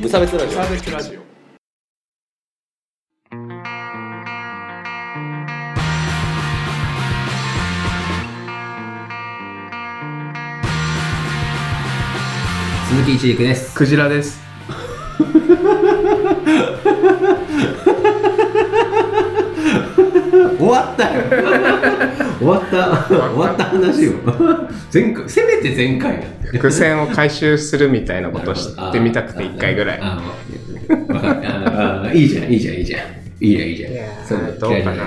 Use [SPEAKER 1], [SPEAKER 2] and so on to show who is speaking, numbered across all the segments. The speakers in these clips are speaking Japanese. [SPEAKER 1] 無差別ラジオ
[SPEAKER 2] サーベスラジオ
[SPEAKER 3] 鈴木一陸です
[SPEAKER 2] クジラです
[SPEAKER 3] 終わったよ終わった終わった話よ前回せめて前回やって
[SPEAKER 4] 伏線を回収するみたいなこと知ってみたくて1回ぐらい
[SPEAKER 3] ああわかったああいいじゃんいいじゃんいいじゃんいいじゃんいいじゃんそだ
[SPEAKER 4] どうか
[SPEAKER 3] 嫌いじゃ
[SPEAKER 4] な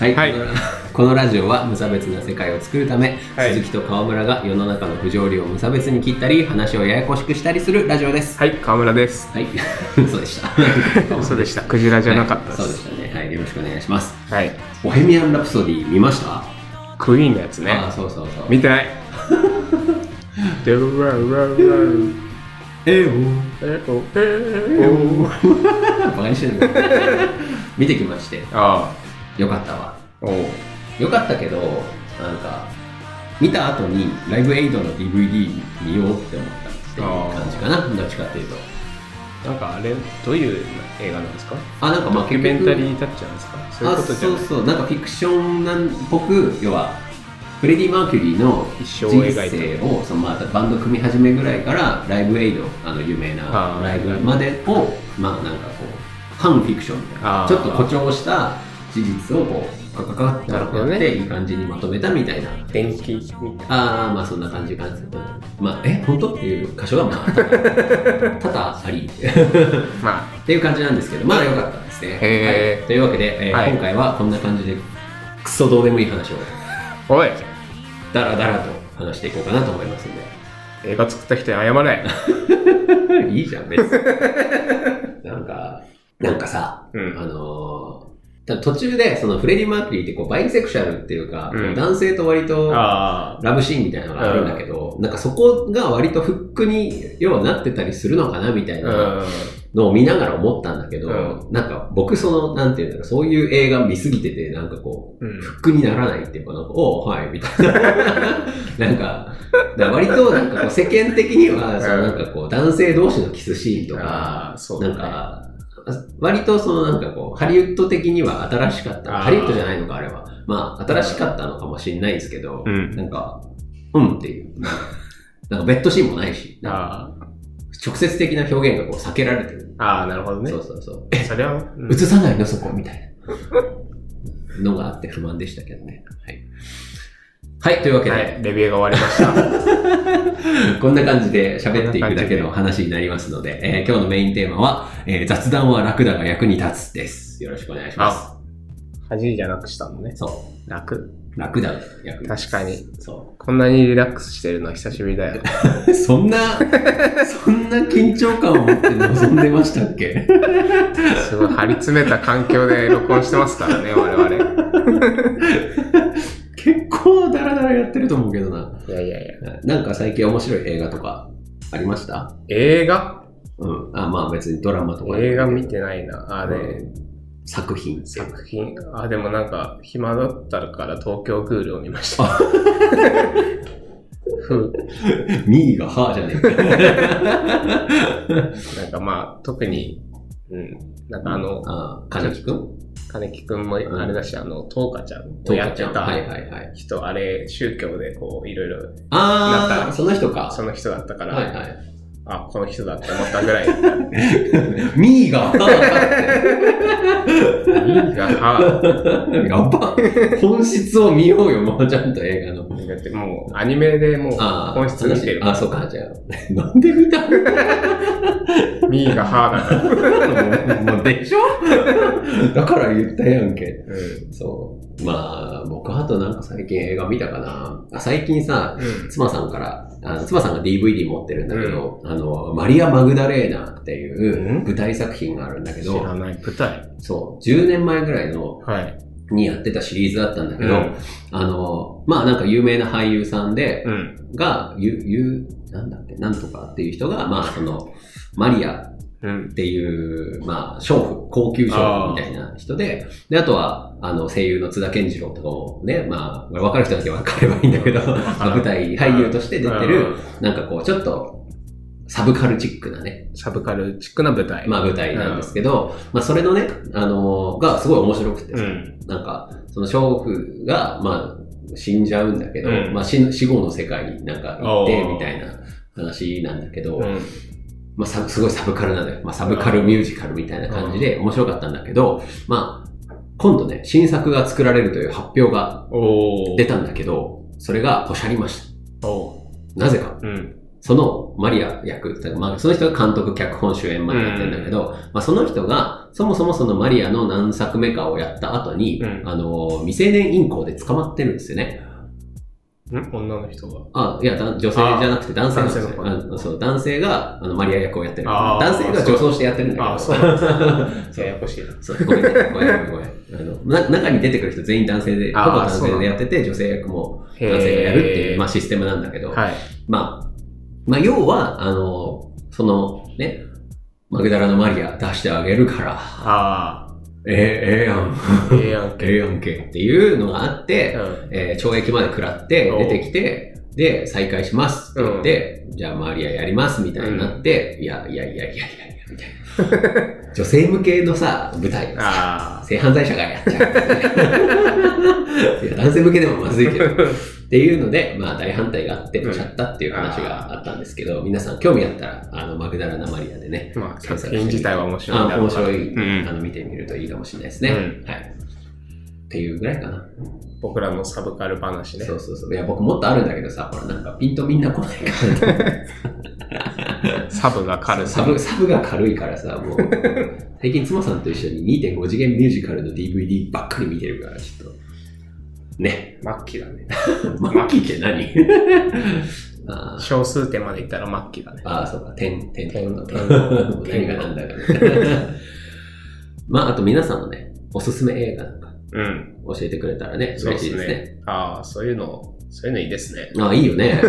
[SPEAKER 3] はい、
[SPEAKER 4] はい
[SPEAKER 3] このこのラジオは無差別な世界を作るため、
[SPEAKER 4] はい
[SPEAKER 3] 鈴木と川村が世の中の不条理を無差別に切ったり話をややこしくしたりするラジオです
[SPEAKER 4] はい川村です
[SPEAKER 3] はい、 そうでした
[SPEAKER 4] 嘘でしたクジラじゃなかったで
[SPEAKER 3] はい
[SPEAKER 4] す
[SPEAKER 3] そうでしたねはいよろしくお願いします
[SPEAKER 4] はい
[SPEAKER 3] ボヘミアン・ラプソディ見ました
[SPEAKER 4] クイーンのやつね
[SPEAKER 3] ああそうそうそう
[SPEAKER 4] 見てないでうわうわうわう
[SPEAKER 3] えお
[SPEAKER 4] えおえお
[SPEAKER 3] バカにして るの見てきまして
[SPEAKER 4] あ
[SPEAKER 3] よかったわ
[SPEAKER 4] あおう
[SPEAKER 3] よかったけどなんか見た後にライブエイドの DVD 見ようって思ったっていう感じかなどっちかっていうと
[SPEAKER 4] なんかあれどういう映画なんですか
[SPEAKER 3] あなんかまあ
[SPEAKER 4] ドキュメンタリータッチなんですかそういうことじゃ
[SPEAKER 3] あそうそうなんかフィクションなんっぽく要はフレディ・マーキュリーの
[SPEAKER 4] 一生
[SPEAKER 3] 人
[SPEAKER 4] を描いて
[SPEAKER 3] 生をその、まあ、バンド組み始めぐらいからライブエイドあの有名
[SPEAKER 4] あ
[SPEAKER 3] な
[SPEAKER 4] ー
[SPEAKER 3] ライブまでをまあなんかこう反フィクションみたいな
[SPEAKER 4] あー
[SPEAKER 3] ちょっと誇張した事実をこうカカカッと
[SPEAKER 4] なるほど
[SPEAKER 3] や
[SPEAKER 4] ね
[SPEAKER 3] っていい感じにまとめたみたいな。
[SPEAKER 4] ない電気みたいな
[SPEAKER 3] ああまあそんな感じかなまあえ本当っていう箇所がまあ多々多々あり
[SPEAKER 4] ま
[SPEAKER 3] っていう感じなんですけどまあ良かったですね、
[SPEAKER 4] へー
[SPEAKER 3] はいというわけで、えー
[SPEAKER 4] はい
[SPEAKER 3] 今回はこんな感じでクソどうでもいい話を
[SPEAKER 4] あおい
[SPEAKER 3] ダラダラと話していこうかなと思いますん
[SPEAKER 4] 映画作った人に謝れ
[SPEAKER 3] でいいじゃん別に なんかなんかさ、
[SPEAKER 4] うん
[SPEAKER 3] あのーた途中でそのフレディ・マーキュリーってこうバイセクシャルっていうか、
[SPEAKER 4] うん
[SPEAKER 3] こう男性と割と
[SPEAKER 4] あ
[SPEAKER 3] ラブシーンみたいなのがあるんだけど、なんかそこが割とフックに要はなってたりするのかなみたい
[SPEAKER 4] あう
[SPEAKER 3] なんのを見ながら思ったんだけど、
[SPEAKER 4] う
[SPEAKER 3] なんか僕その、なんていうんだろう、そういう映画見すぎてて、なんかこ
[SPEAKER 4] う
[SPEAKER 3] う、
[SPEAKER 4] ん
[SPEAKER 3] フックにならないっていうか、なんか、おうはい、みたいな。なん か、だから割となんかこう世間的には、
[SPEAKER 4] ん
[SPEAKER 3] そのなんかこう、男性同士のキスシーンと
[SPEAKER 4] あ、
[SPEAKER 3] か
[SPEAKER 4] ーそう
[SPEAKER 3] な
[SPEAKER 4] だ
[SPEAKER 3] ん
[SPEAKER 4] ね
[SPEAKER 3] か、割とそのなんかこう、ハリウッド的には新しかった、
[SPEAKER 4] あー
[SPEAKER 3] ハリウッドじゃないのか、あれは。まあ、新しかったのかもしれないですけど、
[SPEAKER 4] うん
[SPEAKER 3] なんか、うんっていう。なんかベッドシーンもないし、なんか
[SPEAKER 4] あ
[SPEAKER 3] 直接的な表現がこう避けられてる。
[SPEAKER 4] あああなるほどね
[SPEAKER 3] そうそうそう。
[SPEAKER 4] それは、うん
[SPEAKER 3] 映さないのそこみたいなのがあって不満でしたけどね。はい。はい、というわけで、
[SPEAKER 4] はい、レビューが終わりました
[SPEAKER 3] こんな感じで喋っていくだけの話になりますので、えー今日のメインテーマは、えー雑談は楽だが役に立つです。よろしくお願いします。
[SPEAKER 4] 恥じゃなくしたのね。
[SPEAKER 3] そ
[SPEAKER 4] 楽。
[SPEAKER 3] う。楽だが役に立つ。
[SPEAKER 4] 確かに。
[SPEAKER 3] そ
[SPEAKER 4] こんなにリラックスしてるの久しぶりだ よ。
[SPEAKER 3] う。そ んな、そんな緊張感を持って臨んでましたっけ
[SPEAKER 4] すごい張り詰めた環境で録音してますからね、我々。
[SPEAKER 3] 結構ダラダラやってると思うけどな。
[SPEAKER 4] いやいやいや。
[SPEAKER 3] なんか最近面白い映画とかありました
[SPEAKER 4] 映画
[SPEAKER 3] うん。あ、まあ別にドラマとか。
[SPEAKER 4] 映画見てないな。あれ、
[SPEAKER 3] うん作品。
[SPEAKER 4] 作品。あ、でもなんか、暇だったから東京グールを見ました。 ふう
[SPEAKER 3] ミーがハーじゃね えか。
[SPEAKER 4] なんかまあ、特に、うん。なんかあの、
[SPEAKER 3] あ、金木くん
[SPEAKER 4] 金木くんもあれだし、あの、トーカちゃん
[SPEAKER 3] と
[SPEAKER 4] を
[SPEAKER 3] う
[SPEAKER 4] や
[SPEAKER 3] か
[SPEAKER 4] っ
[SPEAKER 3] ち
[SPEAKER 4] て
[SPEAKER 3] ゃん。
[SPEAKER 4] た
[SPEAKER 3] はいはいはい。
[SPEAKER 4] 人、あれ、宗教でこう、いろいろ、
[SPEAKER 3] あ
[SPEAKER 4] な
[SPEAKER 3] あ、
[SPEAKER 4] んか
[SPEAKER 3] その人か。
[SPEAKER 4] その人だったから、
[SPEAKER 3] はいはい。
[SPEAKER 4] あ、この人だって思ったぐらい。
[SPEAKER 3] ミーがハー
[SPEAKER 4] いいがは、
[SPEAKER 3] やば。本質を見ようよ、もうちゃんと映画の。
[SPEAKER 4] だってもうアニメでもう
[SPEAKER 3] ああ、
[SPEAKER 4] 本質見てる
[SPEAKER 3] 話。あ、そうか、じゃあ。なんで見たの
[SPEAKER 4] ミーがはだから。
[SPEAKER 3] もうもうでしょだから言ったやんけ。
[SPEAKER 4] う
[SPEAKER 3] そう。まあ、僕はあとなんか最近映画見たかな。あ最近さ、
[SPEAKER 4] ん。うん。
[SPEAKER 3] 妻さんから、あの妻さんが DVD 持ってるんだけど、あの、マリア・マグダレーナっていう
[SPEAKER 4] うん
[SPEAKER 3] 舞台作品があるんだけ
[SPEAKER 4] 知ら
[SPEAKER 3] ど、
[SPEAKER 4] ない舞台。
[SPEAKER 3] そう、10年前ぐらいの
[SPEAKER 4] はい。
[SPEAKER 3] にやってたシリーズだったんだけ
[SPEAKER 4] う
[SPEAKER 3] ど、
[SPEAKER 4] ん。
[SPEAKER 3] あの、まあなんか有名な俳優さんで、
[SPEAKER 4] うん。
[SPEAKER 3] が、ゆ、ゆ、なんだっけ、なんとかっていう人が、まあその、マリア
[SPEAKER 4] うん
[SPEAKER 3] っ。ていう、まあ、娼婦、高級娼婦みたいな人で、で、あとは、あの、声優の津田健次郎とかもね、まあ、分かる 人だけ分かればいいんだけど、
[SPEAKER 4] うん
[SPEAKER 3] まあ舞台俳優として出てる、
[SPEAKER 4] うん
[SPEAKER 3] なんかこう、ちょっと、サブカルチックなね、
[SPEAKER 4] サブカルチックな舞台。
[SPEAKER 3] まあ舞台なんですけど、まあそれのね、あのーがすごい面白くて
[SPEAKER 4] う
[SPEAKER 3] さ、
[SPEAKER 4] ん。
[SPEAKER 3] なんか、その娼婦が、まあ死んじゃうんだけど、
[SPEAKER 4] うん
[SPEAKER 3] まあ死死後の世界になんか行って、
[SPEAKER 4] おー
[SPEAKER 3] みたいな話なんだけど、
[SPEAKER 4] うん。
[SPEAKER 3] まあサブすごいサブカルなのよ。まあサブカルミュージカルみたいな感じで面白かったんだけど、まあ、今度ね、新作が作られるという発表が
[SPEAKER 4] おー。
[SPEAKER 3] 出たんだけど、それがポシャりました。
[SPEAKER 4] おー。
[SPEAKER 3] なぜか。
[SPEAKER 4] うん。
[SPEAKER 3] そのマリア役、まあ、その人が監督、脚本、主演までやってるんだけど、まあ、その人が、そもそもそのマリアの何作目かをやった後に、
[SPEAKER 4] うん
[SPEAKER 3] あの、未成年インコで捕まってるんですよね。
[SPEAKER 4] ん女の人が。
[SPEAKER 3] あ、いや、だ女性じゃなくて男性なんですよ
[SPEAKER 4] 男性の方
[SPEAKER 3] あのそう、男性が、あの、マリア役をやってる。
[SPEAKER 4] あー
[SPEAKER 3] 男性が女装してやってるんだけど。
[SPEAKER 4] あーそう
[SPEAKER 3] そう
[SPEAKER 4] やこしいな。
[SPEAKER 3] そう、ごめんね。ごめんごめんごめん。あの、な中に出てくる人全員男性で、ほ
[SPEAKER 4] あー
[SPEAKER 3] ぼ男
[SPEAKER 4] そうな
[SPEAKER 3] 性
[SPEAKER 4] んだ
[SPEAKER 3] でやってて、女性役も
[SPEAKER 4] へ
[SPEAKER 3] 男性がやるっていう、ま
[SPEAKER 4] あ
[SPEAKER 3] あ、システムなんだけど、
[SPEAKER 4] はい。
[SPEAKER 3] まあ、まあ、要は、あの、そのね、マグダラのマリア出してあげるから、
[SPEAKER 4] あ
[SPEAKER 3] ええええやん、
[SPEAKER 4] あ。ええやんけ。
[SPEAKER 3] ええやんけっていうのがあって、
[SPEAKER 4] うん。
[SPEAKER 3] えー懲役まで食らって
[SPEAKER 4] お
[SPEAKER 3] 出てきて、で、再開しますって言って、じゃあマリアやりますみたいになって、いやいやいやいやいやいや、みたい な。女性向けのさ、舞台をさ、
[SPEAKER 4] あ
[SPEAKER 3] 性犯罪者がやっち ゃう、いや、男性向けでもまずいけど。っていうので、まあ大反対があって、
[SPEAKER 4] うん
[SPEAKER 3] しちゃったっていう話があったんですけど、皆さん興味あったら、あの、マグダラナマリアでね、
[SPEAKER 4] あ。まあ、作品自体は面白いんだ
[SPEAKER 3] あ
[SPEAKER 4] ろう
[SPEAKER 3] 面
[SPEAKER 4] な
[SPEAKER 3] 白い、
[SPEAKER 4] うん
[SPEAKER 3] あの、見てみるといいかもしれないですね。
[SPEAKER 4] う
[SPEAKER 3] はい。っていうぐらいかな。
[SPEAKER 4] 僕らのサブカル話ね
[SPEAKER 3] そ。うそうそう。いや、僕もっとあるんだけどさ、ほら、なんかピンとみんな来ないからと思って
[SPEAKER 4] サブがカル
[SPEAKER 3] サブ、 サブが軽いからさ、もう、最近妻さんと一緒に2.5次元ミュージカルの DVD ばっかり見てるから、ちょっと。ね。
[SPEAKER 4] 末期だね。
[SPEAKER 3] マッキーって何 あー
[SPEAKER 4] 小数点までいったら末期だね。
[SPEAKER 3] ああ、そうか、点、点
[SPEAKER 4] 点
[SPEAKER 3] とか。
[SPEAKER 4] 点
[SPEAKER 3] 何がなんだかね。まあ、あと皆さんのね、おすすめ映画なんか
[SPEAKER 4] うん。
[SPEAKER 3] 教えてくれたらね、
[SPEAKER 4] そう
[SPEAKER 3] 嬉
[SPEAKER 4] で
[SPEAKER 3] し
[SPEAKER 4] す
[SPEAKER 3] いですね。
[SPEAKER 4] ね。ああ、そういうの、そういうのいいですね。
[SPEAKER 3] ああ、いいよ ね。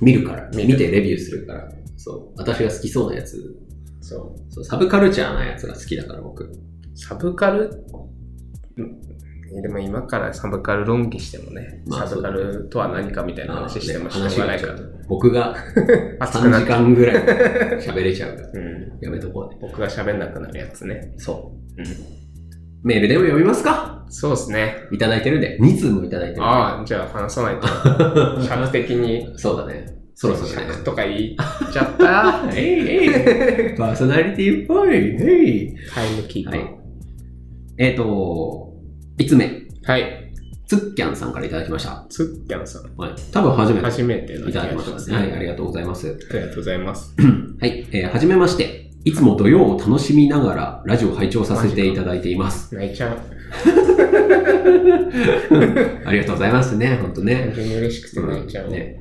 [SPEAKER 3] 見るから、
[SPEAKER 4] 見
[SPEAKER 3] 見
[SPEAKER 4] る
[SPEAKER 3] てレビューするから。そう、私が好きそうなやつ、
[SPEAKER 4] そ
[SPEAKER 3] そうサブカルチャーなやつが好きだから、僕。
[SPEAKER 4] う。サブカルうんでも今からサブカル論議してもね、
[SPEAKER 3] まあ
[SPEAKER 4] サブカルとは何かみたいな話してもしょうがないから。
[SPEAKER 3] 僕が
[SPEAKER 4] 熱く
[SPEAKER 3] 3
[SPEAKER 4] なっ
[SPEAKER 3] 時
[SPEAKER 4] ちゃ
[SPEAKER 3] 間ぐらい喋れちゃうから、
[SPEAKER 4] う。うん。
[SPEAKER 3] やめとこうね。
[SPEAKER 4] 僕が喋んなくなるやつね。
[SPEAKER 3] そう。
[SPEAKER 4] うん
[SPEAKER 3] メールでも読みますか
[SPEAKER 4] そうですね。
[SPEAKER 3] いただいてるんで、2通もいただいてるんで。
[SPEAKER 4] ああ、じゃあ話さないと。 尺的に。
[SPEAKER 3] そうだね。そろそろね。
[SPEAKER 4] 尺とか言っちゃった。
[SPEAKER 3] えい えいパーソナリティっぽい。えい
[SPEAKER 4] タイムキーパ
[SPEAKER 3] は
[SPEAKER 4] ー。
[SPEAKER 3] い。えっ、と、5つ目。
[SPEAKER 4] はい。
[SPEAKER 3] つっきゃんさんからいただきました。
[SPEAKER 4] つっきゃんさん、
[SPEAKER 3] はい。多分初めて
[SPEAKER 4] 初めての
[SPEAKER 3] い
[SPEAKER 4] 気
[SPEAKER 3] た
[SPEAKER 4] が
[SPEAKER 3] だき
[SPEAKER 4] し
[SPEAKER 3] ました
[SPEAKER 4] ま
[SPEAKER 3] ね
[SPEAKER 4] すね。
[SPEAKER 3] はい。ありがとうございます。
[SPEAKER 4] ありがとうございます。
[SPEAKER 3] はい。えーはじめまして。いつも土曜を楽しみながらラジオ拝聴させていただいています。
[SPEAKER 4] 泣いちゃう。
[SPEAKER 3] ありがとうございますね、本当
[SPEAKER 4] 本
[SPEAKER 3] ね。
[SPEAKER 4] 当に嬉しくて泣いちゃう。
[SPEAKER 3] ね。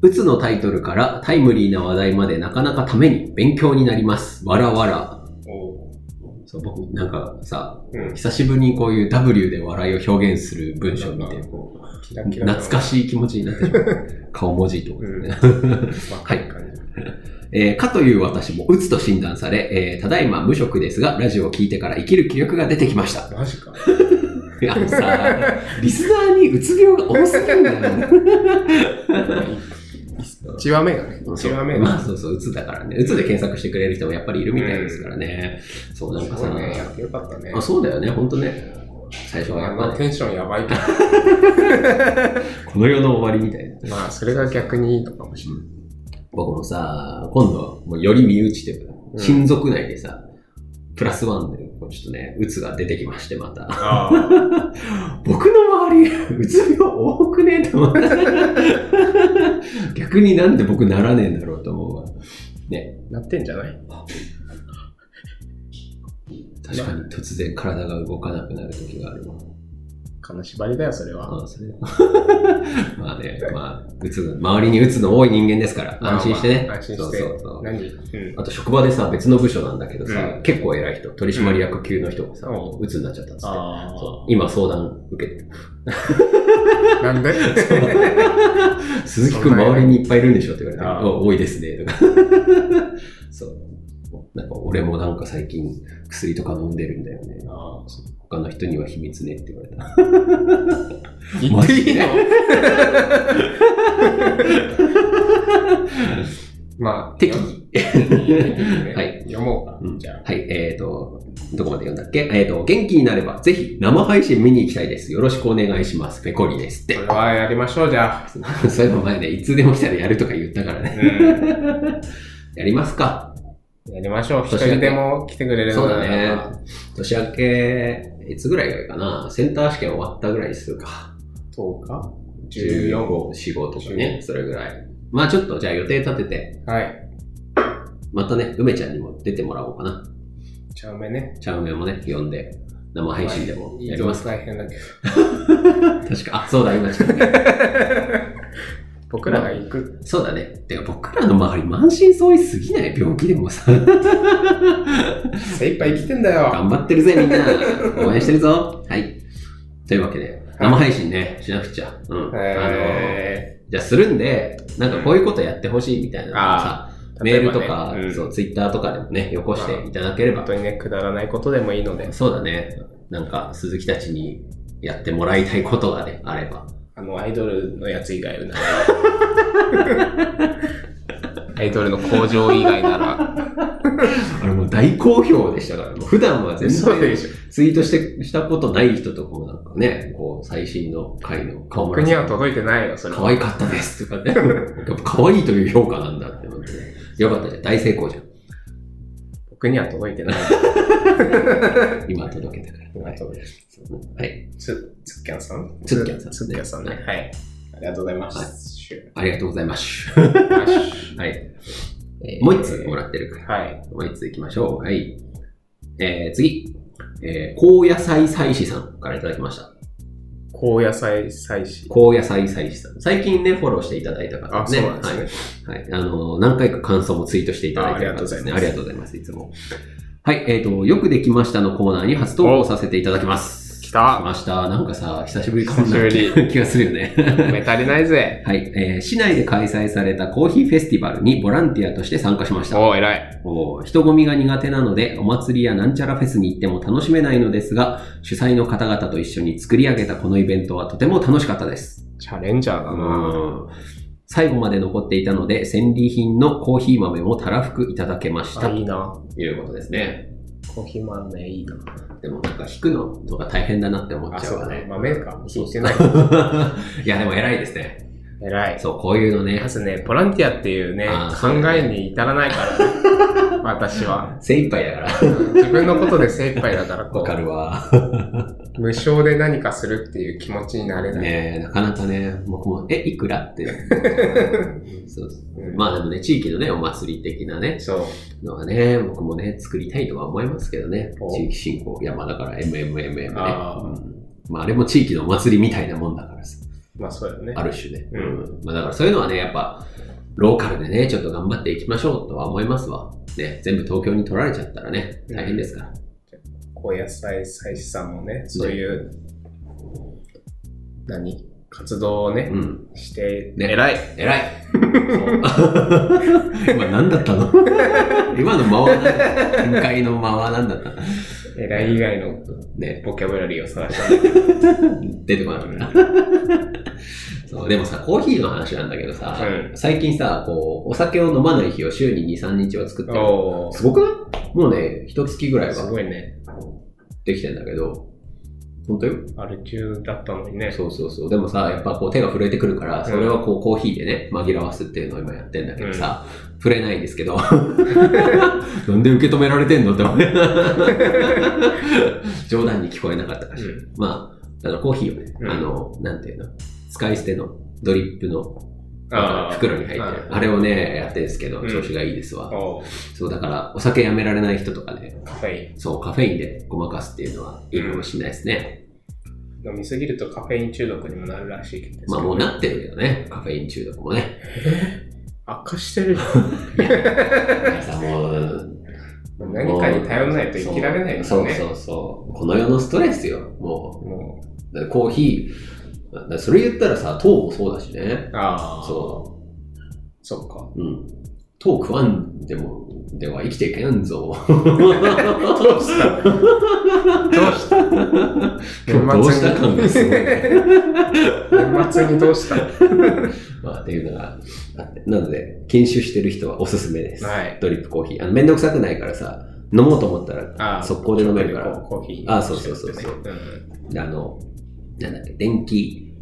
[SPEAKER 3] うつのタイトルからタイムリーな話題までなかなかために勉強になります。わらわら。
[SPEAKER 4] おう
[SPEAKER 3] そう、僕、なんかさ、
[SPEAKER 4] うん。
[SPEAKER 3] 久しぶりにこういう W で笑いを表現する文章を見て、こう、
[SPEAKER 4] キラキラ
[SPEAKER 3] 懐かしい気持ちになってし まう。顔文字とかですね。
[SPEAKER 4] い。若い感じ。
[SPEAKER 3] えーかという私もうつと診断され、えーただいま無職ですが、ラジオを聞いてから生きる気力が出てきました。
[SPEAKER 4] マジか。
[SPEAKER 3] いや、あのさ、リスナーにうつ病が多すぎるんだ よ。
[SPEAKER 4] 一話目がね。一話目
[SPEAKER 3] まあ
[SPEAKER 4] が。
[SPEAKER 3] そうそう、うつだからね。うつで検索してくれる人もやっぱりいるみたいですからね。そう、なん
[SPEAKER 4] す
[SPEAKER 3] か
[SPEAKER 4] ご
[SPEAKER 3] さ、
[SPEAKER 4] いね。やってよかったね。
[SPEAKER 3] あそうだよね、ほんとね。最初は
[SPEAKER 4] あ
[SPEAKER 3] やっぱ
[SPEAKER 4] の
[SPEAKER 3] ね、
[SPEAKER 4] テンションやばいけ
[SPEAKER 3] この世の終わりみたいな。
[SPEAKER 4] ど。まあ、それが逆にいいのかもしれ
[SPEAKER 3] 僕もさ、今度、もうより身内というか、
[SPEAKER 4] うん
[SPEAKER 3] 親族内でさ、プラスワンで、ちょっとね、うつが出てきまして、また。
[SPEAKER 4] ない。ああ。
[SPEAKER 3] 僕の周り、うつ病多くねえと思って。 逆になんで僕ならねえんだろうと思うわ。
[SPEAKER 4] なってんじゃない
[SPEAKER 3] 確かに突然体が動かなくなる時があるわ。
[SPEAKER 4] 金縛りだよ、それは。
[SPEAKER 3] あそれまあね、まあ、うつの、周りにうつの多い人間ですから、安心してね。
[SPEAKER 4] まあまあ安心して。
[SPEAKER 3] そうそうそう。
[SPEAKER 4] 何うん。
[SPEAKER 3] あと職場でさ、別の部署なんだけどさ、
[SPEAKER 4] う
[SPEAKER 3] 結構偉い人、取締役級の人がさ、
[SPEAKER 4] うん
[SPEAKER 3] もううつになっちゃったっつって。
[SPEAKER 4] あ
[SPEAKER 3] そう今相談受け てる。
[SPEAKER 4] あ。なんで
[SPEAKER 3] 鈴木くん周りにいっぱいいるんでしょって言われて、
[SPEAKER 4] ああ
[SPEAKER 3] あ多いですね、 とか。そう。なんか俺もなんか最近薬とか飲んでるんだよね。
[SPEAKER 4] ああ。
[SPEAKER 3] 他の人には秘密ねって言われた。
[SPEAKER 4] 言っていいのまあ、
[SPEAKER 3] 適
[SPEAKER 4] よ
[SPEAKER 3] 宜。
[SPEAKER 4] 適宜適宜ね
[SPEAKER 3] はい
[SPEAKER 4] 読もうか
[SPEAKER 3] う。ん
[SPEAKER 4] じゃあ。
[SPEAKER 3] はい、えーと、どこまで読んだっけえーと、元気になれば、ぜひ生配信見に行きたいです。よろしくお願いします。ペコリですって
[SPEAKER 4] こ。れはやりましょう、じゃあ。
[SPEAKER 3] そういえば前ね、いつでも来たらやるとか言ったから
[SPEAKER 4] う
[SPEAKER 3] ね。
[SPEAKER 4] ん。
[SPEAKER 3] やりますか。
[SPEAKER 4] やりま しょう。一
[SPEAKER 3] 年明け
[SPEAKER 4] 人でも来てくれる
[SPEAKER 3] そう
[SPEAKER 4] のな
[SPEAKER 3] だね
[SPEAKER 4] ら。
[SPEAKER 3] 年明け、いつぐらいがいいかな。センター試験終わったぐらいにするか。
[SPEAKER 4] 10日 ?14。
[SPEAKER 3] 15、4、5とかね。それぐらい。まあちょっと、じゃあ予定立てて、
[SPEAKER 4] はい。
[SPEAKER 3] またね、梅ちゃんにも出てもらおうかな。
[SPEAKER 4] ちゃうめね。
[SPEAKER 3] チャンネルもね、呼んで、生配信でもやり
[SPEAKER 4] ま
[SPEAKER 3] ます
[SPEAKER 4] す
[SPEAKER 3] か。
[SPEAKER 4] 大変だけど。
[SPEAKER 3] 確か。あ、そうだ、今ちょっとね。
[SPEAKER 4] 僕らが行く。
[SPEAKER 3] そうだね。てか僕らの周り、満身創痍すぎない病気でも さ。
[SPEAKER 4] 精一杯生きてんだよ。
[SPEAKER 3] 頑張ってるぜ、みんな。 応援してるぞ。はい。というわけで、生配信ね、しなくちゃ。うん。あの、
[SPEAKER 4] え
[SPEAKER 3] じゃあするんで、なんかこういうことやってほしいみたいなのをさ、
[SPEAKER 4] ー
[SPEAKER 3] メ
[SPEAKER 4] 例
[SPEAKER 3] ー
[SPEAKER 4] え
[SPEAKER 3] ル
[SPEAKER 4] ば
[SPEAKER 3] と
[SPEAKER 4] ね
[SPEAKER 3] か、
[SPEAKER 4] うん
[SPEAKER 3] そう、ツイッターとかでもね、よこしていただければ
[SPEAKER 4] 本。当にね、くだらないことでもいいので、
[SPEAKER 3] そうだね。なんか、鈴木たちにやってもらいたいことがね、あれば。
[SPEAKER 4] あの、アイドルのやつ以外なら。 アイドルの工場以外なら。
[SPEAKER 3] あれもう大好評でしたから、もう普段は全
[SPEAKER 4] そうで
[SPEAKER 3] 然
[SPEAKER 4] しょ。
[SPEAKER 3] ツイートして、したことない人とかもなんかね、こう、最新の回の顔
[SPEAKER 4] 僕には届いてないよ、それ
[SPEAKER 3] 可愛かったですとかね。 やっぱ可愛いという評価なんだって思ってね。よかったじゃん。大成功じゃん。
[SPEAKER 4] 僕には届いてない。
[SPEAKER 3] 今届けたから。
[SPEAKER 4] 今届いてない
[SPEAKER 3] はい。
[SPEAKER 4] つ、つっきゃんさん
[SPEAKER 3] つっきゃんさん
[SPEAKER 4] つっきゃんさんね。はい。ありがとうございます。シュ
[SPEAKER 3] ありがとうございます。はい。
[SPEAKER 4] えー
[SPEAKER 3] もう一つもらってるから。
[SPEAKER 4] はい。
[SPEAKER 3] もう一つ行きましょう。はい。えー、次。えー、高野菜祭司さんからいただきました。
[SPEAKER 4] 高野菜祭祀。
[SPEAKER 3] 高野菜祭司さん。最近ね、フォローしていただいた方
[SPEAKER 4] あ、
[SPEAKER 3] ね。
[SPEAKER 4] そうなんですね。
[SPEAKER 3] はい。はい。あのー、何回か感想もツイートしていただいてる方ですね。
[SPEAKER 4] あ
[SPEAKER 3] あ
[SPEAKER 4] あ
[SPEAKER 3] り
[SPEAKER 4] り
[SPEAKER 3] が
[SPEAKER 4] が
[SPEAKER 3] とうございます。いつも。はい。えっ、と、よくできましたのコーナーに初投稿させていただきます。
[SPEAKER 4] 来
[SPEAKER 3] 来
[SPEAKER 4] た
[SPEAKER 3] ました。なんかさ、久しぶりかもな
[SPEAKER 4] 久しぶ
[SPEAKER 3] 気がするよね。
[SPEAKER 4] 目足りないぜ。
[SPEAKER 3] はい、えー市内で開催されたコーヒーフェスティバルにボランティアとして参加しまし た。
[SPEAKER 4] おー、偉い。
[SPEAKER 3] おー人混みが苦手なので、お祭りやなんちゃらフェスに行っても楽しめないのですが、主催の方々と一緒に作り上げたこのイベントはとても楽しかったです。
[SPEAKER 4] チャレンジャーだな。
[SPEAKER 3] 最後まで残っていたので、戦利品のコーヒー豆もたらふくいただけました。
[SPEAKER 4] あ、い
[SPEAKER 3] と
[SPEAKER 4] いな。
[SPEAKER 3] いうことですね。
[SPEAKER 4] コーヒー豆いいな。
[SPEAKER 3] でもなんか引くのとか大変だなって思っちゃうわね。
[SPEAKER 4] 豆か。
[SPEAKER 3] そう
[SPEAKER 4] 引いてない。
[SPEAKER 3] いや、でも偉いですね。
[SPEAKER 4] 偉い。
[SPEAKER 3] そう、こういうのね
[SPEAKER 4] ま、ずね、ボランティアっていうね
[SPEAKER 3] あ、ー
[SPEAKER 4] 考
[SPEAKER 3] そうだ
[SPEAKER 4] え
[SPEAKER 3] ね
[SPEAKER 4] に至らない からね。私は。
[SPEAKER 3] 精一杯だから。
[SPEAKER 4] 自分のことで精一杯だから、こ
[SPEAKER 3] わかるわ。
[SPEAKER 4] う、無償で何かするっていう気持ちになれない。
[SPEAKER 3] ねえ、なかなかね、僕も、え、いくら って。そうそう
[SPEAKER 4] うん
[SPEAKER 3] まあでもね、地域のね、お祭り的なね、
[SPEAKER 4] そう。
[SPEAKER 3] のはね、僕もね、作りたいとは思いますけどね
[SPEAKER 4] お。
[SPEAKER 3] 地域振興、山だから MMMM ね。
[SPEAKER 4] あー
[SPEAKER 3] うんまああれも地域のお祭りみたいなもんだからさ、
[SPEAKER 4] まあそうだよね。
[SPEAKER 3] ある種ね。
[SPEAKER 4] うん
[SPEAKER 3] んまあだからそういうのはね、やっぱ、ローカルでね、ちょっと頑張っていきましょうとは思いますわ。ね、全部東京に取られちゃったらね、大変ですから。
[SPEAKER 4] こう野菜採取さんもね、そういう、何活動をね
[SPEAKER 3] う、ん。
[SPEAKER 4] して、
[SPEAKER 3] ね
[SPEAKER 4] 偉い。
[SPEAKER 3] 偉 い 今何だったの 今の間は何展開の間は何だったの
[SPEAKER 4] 偉い以外の
[SPEAKER 3] ね、
[SPEAKER 4] ボキャブラリーを探したんだけ
[SPEAKER 3] 出てこなかった。そうでもさ、コーヒーの話なんだけどさ、
[SPEAKER 4] う
[SPEAKER 3] 最近さ、こう、お酒を飲まない日を週に2、3日は作って
[SPEAKER 4] ど。
[SPEAKER 3] る。
[SPEAKER 4] お
[SPEAKER 3] すごくないもうね、一月ぐらい
[SPEAKER 4] ー、す
[SPEAKER 3] は
[SPEAKER 4] ごいね。
[SPEAKER 3] できてんだけど、本当よ
[SPEAKER 4] アル中だったのにね。
[SPEAKER 3] そうそうそう。でもさ、やっぱこう手が震えてくるから、それはこうコーヒーでね、紛らわすっていうのを今やってんだけどさ、触れないんですけど、 なんで受け止められてんのって思う 冗談に聞こえなかったかしら。
[SPEAKER 4] う
[SPEAKER 3] まあ、あのコーヒーをね、
[SPEAKER 4] うん
[SPEAKER 3] あの、なんていうの、使い捨てのドリップの
[SPEAKER 4] ん。あー
[SPEAKER 3] 袋に入ってる。あれをね、やってるんですけど、
[SPEAKER 4] うん
[SPEAKER 3] 調子がいいですわ。
[SPEAKER 4] おー、
[SPEAKER 3] そう、だからお酒やめられない人とかね、
[SPEAKER 4] カフェイン。
[SPEAKER 3] そう、カフェインでごまかすっていうのはいいかもしれないですね。
[SPEAKER 4] 飲みすぎるとカフェイン中毒にもなるらしいけど。
[SPEAKER 3] まあもうなってるけどね、カフェイン中毒もね。
[SPEAKER 4] 悪化してるじゃん。
[SPEAKER 3] いや、なんかさ、もう、
[SPEAKER 4] 何かに頼らないと生きられないです
[SPEAKER 3] そ
[SPEAKER 4] よ
[SPEAKER 3] う
[SPEAKER 4] ね。
[SPEAKER 3] そうそう。この世のストレスよ、も
[SPEAKER 4] も
[SPEAKER 3] う。だってコーヒー、だってそれ言ったらさ、糖もそうだしね。
[SPEAKER 4] う、ああ、
[SPEAKER 3] そ
[SPEAKER 4] そっか。
[SPEAKER 3] う。うん。と食わんでも、では生きていけんぞ。
[SPEAKER 4] どうしたどうした
[SPEAKER 3] 今日どうした感がすごい。
[SPEAKER 4] 年末にどうした
[SPEAKER 3] まあ、っていうのがあって。なので、研修してる人はおすすめです。
[SPEAKER 4] はい。
[SPEAKER 3] ドリップコーヒー。あの、めんどくさくないからさ、飲もうと思ったら、
[SPEAKER 4] あ
[SPEAKER 3] 速攻で飲めるから
[SPEAKER 4] コーヒー。
[SPEAKER 3] あそうそうそうそう
[SPEAKER 4] う
[SPEAKER 3] あの、なんだっけ、電気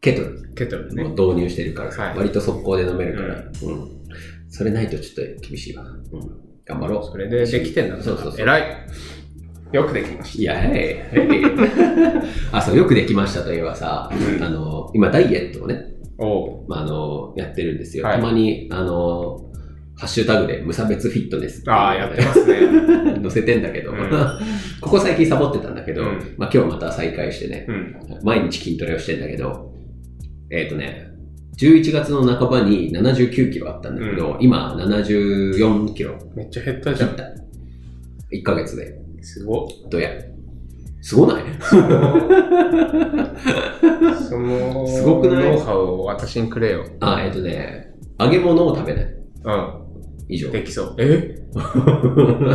[SPEAKER 3] ケトル
[SPEAKER 4] ん。ケトル
[SPEAKER 3] も
[SPEAKER 4] ね。
[SPEAKER 3] 導入してるからさ、
[SPEAKER 4] はい
[SPEAKER 3] 割と速攻で飲めるから、うん。それないとちょっと厳しいわ。うん。頑張ろう。
[SPEAKER 4] それでできてんだ
[SPEAKER 3] そうそうそう
[SPEAKER 4] 偉い。よくできまし
[SPEAKER 3] いや、はい。 あ、そう、よくできましたといえばさ、
[SPEAKER 4] うん
[SPEAKER 3] あの、今、ダイエットをね、
[SPEAKER 4] た。おう。
[SPEAKER 3] まあ、あの、やってるんですよ。
[SPEAKER 4] はい
[SPEAKER 3] たまに、あの、ハッシュタグで無差別フィットネス
[SPEAKER 4] ああ、やって
[SPEAKER 3] る。
[SPEAKER 4] ますね。
[SPEAKER 3] 載せてんだけど、
[SPEAKER 4] うん
[SPEAKER 3] ここ最近サボってたんだけ ど、
[SPEAKER 4] うん
[SPEAKER 3] まあ、今日また再開してね、
[SPEAKER 4] うん。
[SPEAKER 3] 毎日筋トレをしてんだけど、えっ、とね、11月の半ばに79キロあったんだけど、今74キロ
[SPEAKER 4] めっちゃ減ったじ
[SPEAKER 3] 切
[SPEAKER 4] ゃ
[SPEAKER 3] っ
[SPEAKER 4] ん。
[SPEAKER 3] た。1ヶ月で。
[SPEAKER 4] すごっ。
[SPEAKER 3] どうや。すごない
[SPEAKER 4] その、
[SPEAKER 3] すごくない
[SPEAKER 4] ノウハウを私にくれよ。
[SPEAKER 3] あ、えっ、とね、揚げ物を食べない。
[SPEAKER 4] う
[SPEAKER 3] 以上
[SPEAKER 4] ん。。できそう。え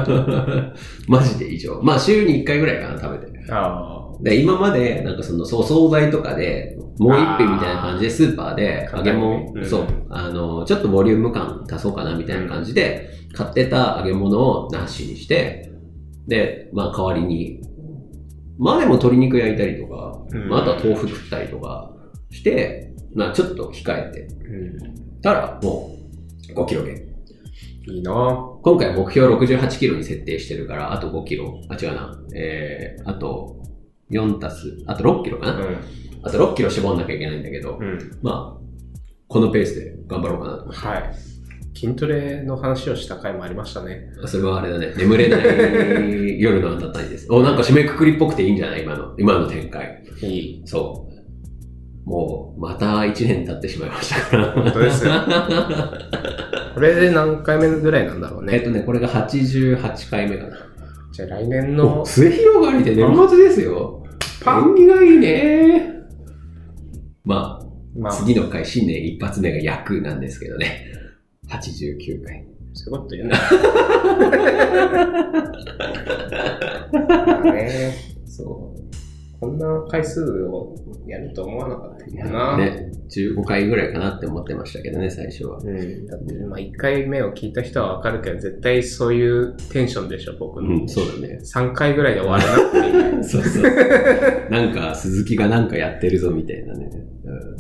[SPEAKER 3] マジで以上。まあ週に1回ぐらいかな、食べて。
[SPEAKER 4] ああ。
[SPEAKER 3] で今まで、なんかその、そう、惣菜とかで、もう一品みたいな感じで、スーパーで、
[SPEAKER 4] あー
[SPEAKER 3] 揚げ物、
[SPEAKER 4] うん
[SPEAKER 3] そう、あの、ちょっとボリューム感足そうかな、みたいな感じで、買ってた揚げ物をなしにして、で、まあ代わりに、まあでも鶏肉焼いたりとか、
[SPEAKER 4] うん
[SPEAKER 3] まあ、あとは豆腐食ったりとかして、まあちょっと控えて
[SPEAKER 4] う
[SPEAKER 3] たら、もう、5キロ減。
[SPEAKER 4] ん。いいな
[SPEAKER 3] 今回目標68キロに設定してるから、あと5キロ。あ、違うな。えー、あと4たす、あと6キロか
[SPEAKER 4] う
[SPEAKER 3] な、
[SPEAKER 4] ん。
[SPEAKER 3] あと6キロ絞んなきゃいけないんだけど、
[SPEAKER 4] うん。
[SPEAKER 3] まあ、このペースで頑張ろうかなと。
[SPEAKER 4] はい。筋トレの話をした回もありましたね。
[SPEAKER 3] それはあれだね。眠れない夜のあなたにです。お、なんか締めくくりっぽくていいんじゃない今の、今の展開。
[SPEAKER 4] いい。
[SPEAKER 3] そう。もう、また1年経ってしまいましたから。
[SPEAKER 4] 本当です よ。これで何回目ぐらいなんだろう
[SPEAKER 3] え
[SPEAKER 4] ね。
[SPEAKER 3] っとね、これが88回目かな。
[SPEAKER 4] じゃあ来年の
[SPEAKER 3] お、末広がりで年末ですよ。
[SPEAKER 4] パ
[SPEAKER 3] ン気がいいね。ま
[SPEAKER 4] ま
[SPEAKER 3] あ、
[SPEAKER 4] あ、
[SPEAKER 3] 次の回、新年一発目が役なんですけどね。89回。
[SPEAKER 4] そういうこと言うな。まあね
[SPEAKER 3] そ
[SPEAKER 4] こんな回数をやると思わなかった
[SPEAKER 3] う。
[SPEAKER 4] よな。
[SPEAKER 3] ね、15回ぐらいかなって思ってましたけどね、最初は。
[SPEAKER 4] うん、だって、まあ、1回目を聞いた人はわかるけど、絶対そういうテンションでしょ、僕の。
[SPEAKER 3] うん、そうだね。
[SPEAKER 4] 3回ぐらいで終わるなっていう。
[SPEAKER 3] そうそう。なんか、鈴木がなんかやってるぞみたいなね、うん、